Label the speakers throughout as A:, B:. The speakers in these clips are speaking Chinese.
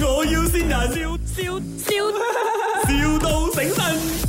A: 要先人，笑笑笑，,笑到醒神。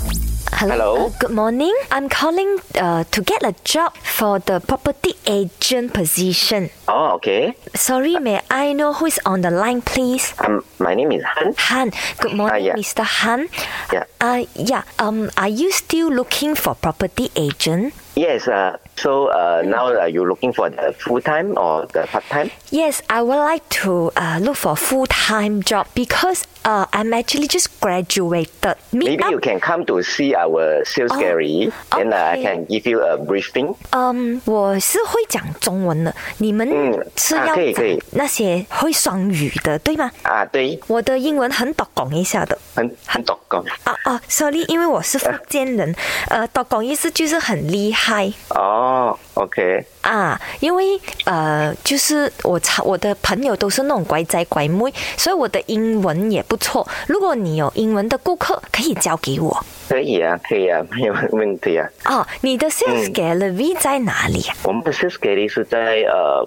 B: Hello.
C: Hello.
B: Uh, good morning. I'm calling uh, to get a job for the property agent position.
C: Oh, okay. Uh,
B: Sorry, may I know who is on the line, please?
C: Um, my name is Han.
B: Han. Good morning,
C: Ah, yeah.
B: Mr. Han.
C: Yeah.
B: Uh, yeah. Um, are you still looking for property agent?
C: Yes. Uh, so uh, now uh, you looking for the full time or the part time?
B: Yes, I would like to uh, look for full time job because uh, I'm actually just graduated. Meet
C: Maybe
B: up-
C: you can come to see our sales
B: um, Oh,
C: gallery, and uh, I
B: okay.
C: can give you a briefing.
B: 嗯，um, 我是会讲中文的，你们
C: 嗯
B: 是
C: 啊
B: 要
C: 可以可以
B: 讲那些会双语的，对吗？
C: 啊，对，
B: 我的英文很懂讲一下的。
C: 很很懂讲。
B: 啊啊，sorry，因为我是福建人，呃，懂讲意思就是很厉害
C: 哦，OK，
B: 啊。因为呃，就是我常我的朋友都是那种乖仔乖妹，所以我的英文也不错。如果你有英文的顾客，可以交给我。
C: 可以啊，可 以啊，没有问题啊。
B: 哦，你的 sales
C: 嗯
B: gallery 在哪里啊？
C: 我们的 sales gallery uh, 是在呃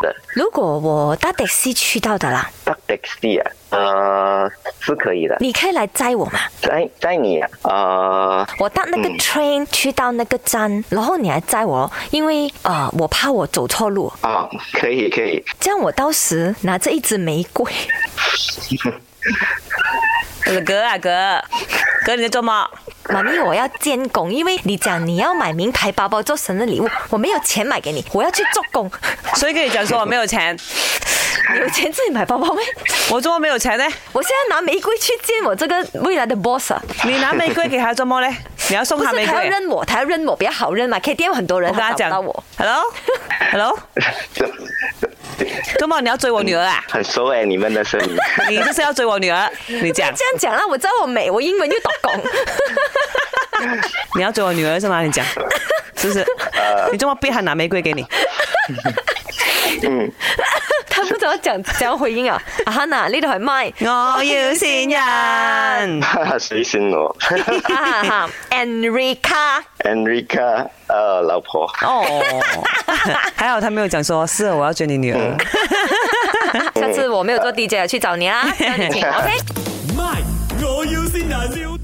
C: 的
B: 如果我搭 taxi 去到的啦，
C: 搭 taxi ah. 啊，呃，是可以的。
B: 你可以来载我吗？
C: 在在你啊，呃，
B: 我搭那个
C: 嗯
B: train 去到那个站，然后你来载我，因为呃，我怕我走错路，
C: 哦，可以可以，
B: 这样我到时拿着一支玫瑰。
D: 哥啊哥，哥你在做梦？
B: 妈咪，我要监工，因为你讲你要买名牌包包做生日礼物，我没有钱买给你，我要去做工。
D: 所以跟你讲说我没有钱，
B: 你有钱自己买包包没？
D: 我做么没有钱呢？
B: 我现在拿玫瑰去见我这个未来的 boss 啊，
D: 你拿玫瑰给他做么呢？你要送
B: 不
D: 他
B: 是
D: 玫
B: 他要
D: 瑰？啊
B: 认我，他要认我比较好认嘛。K D 有很多人
D: 我跟他
B: 他找
D: 讲
B: 不到我，
D: ，Hello，Hello，做梦你要追我女儿啊？
C: 很熟哎，你们的声 音。
D: 你就是要追我女儿，你讲
B: 这样讲啦，我知道我美，我英文又懂工。
D: 你要追我女儿是吗？你讲是不是？你这么逼他拿玫瑰给你？
B: 他不知道讲怎样回应啊。啊哈娜，呢度係咪？
D: 我要善人，
C: 谁先 我
B: 哈哈，Enrica，
C: ？Enrica，呃，老婆，
D: 哦， 还好他没有讲说是啊我要追你女儿。
B: 下次我没有做 DJ 去找你啊，让你请 OK。
A: My，我要先人，笑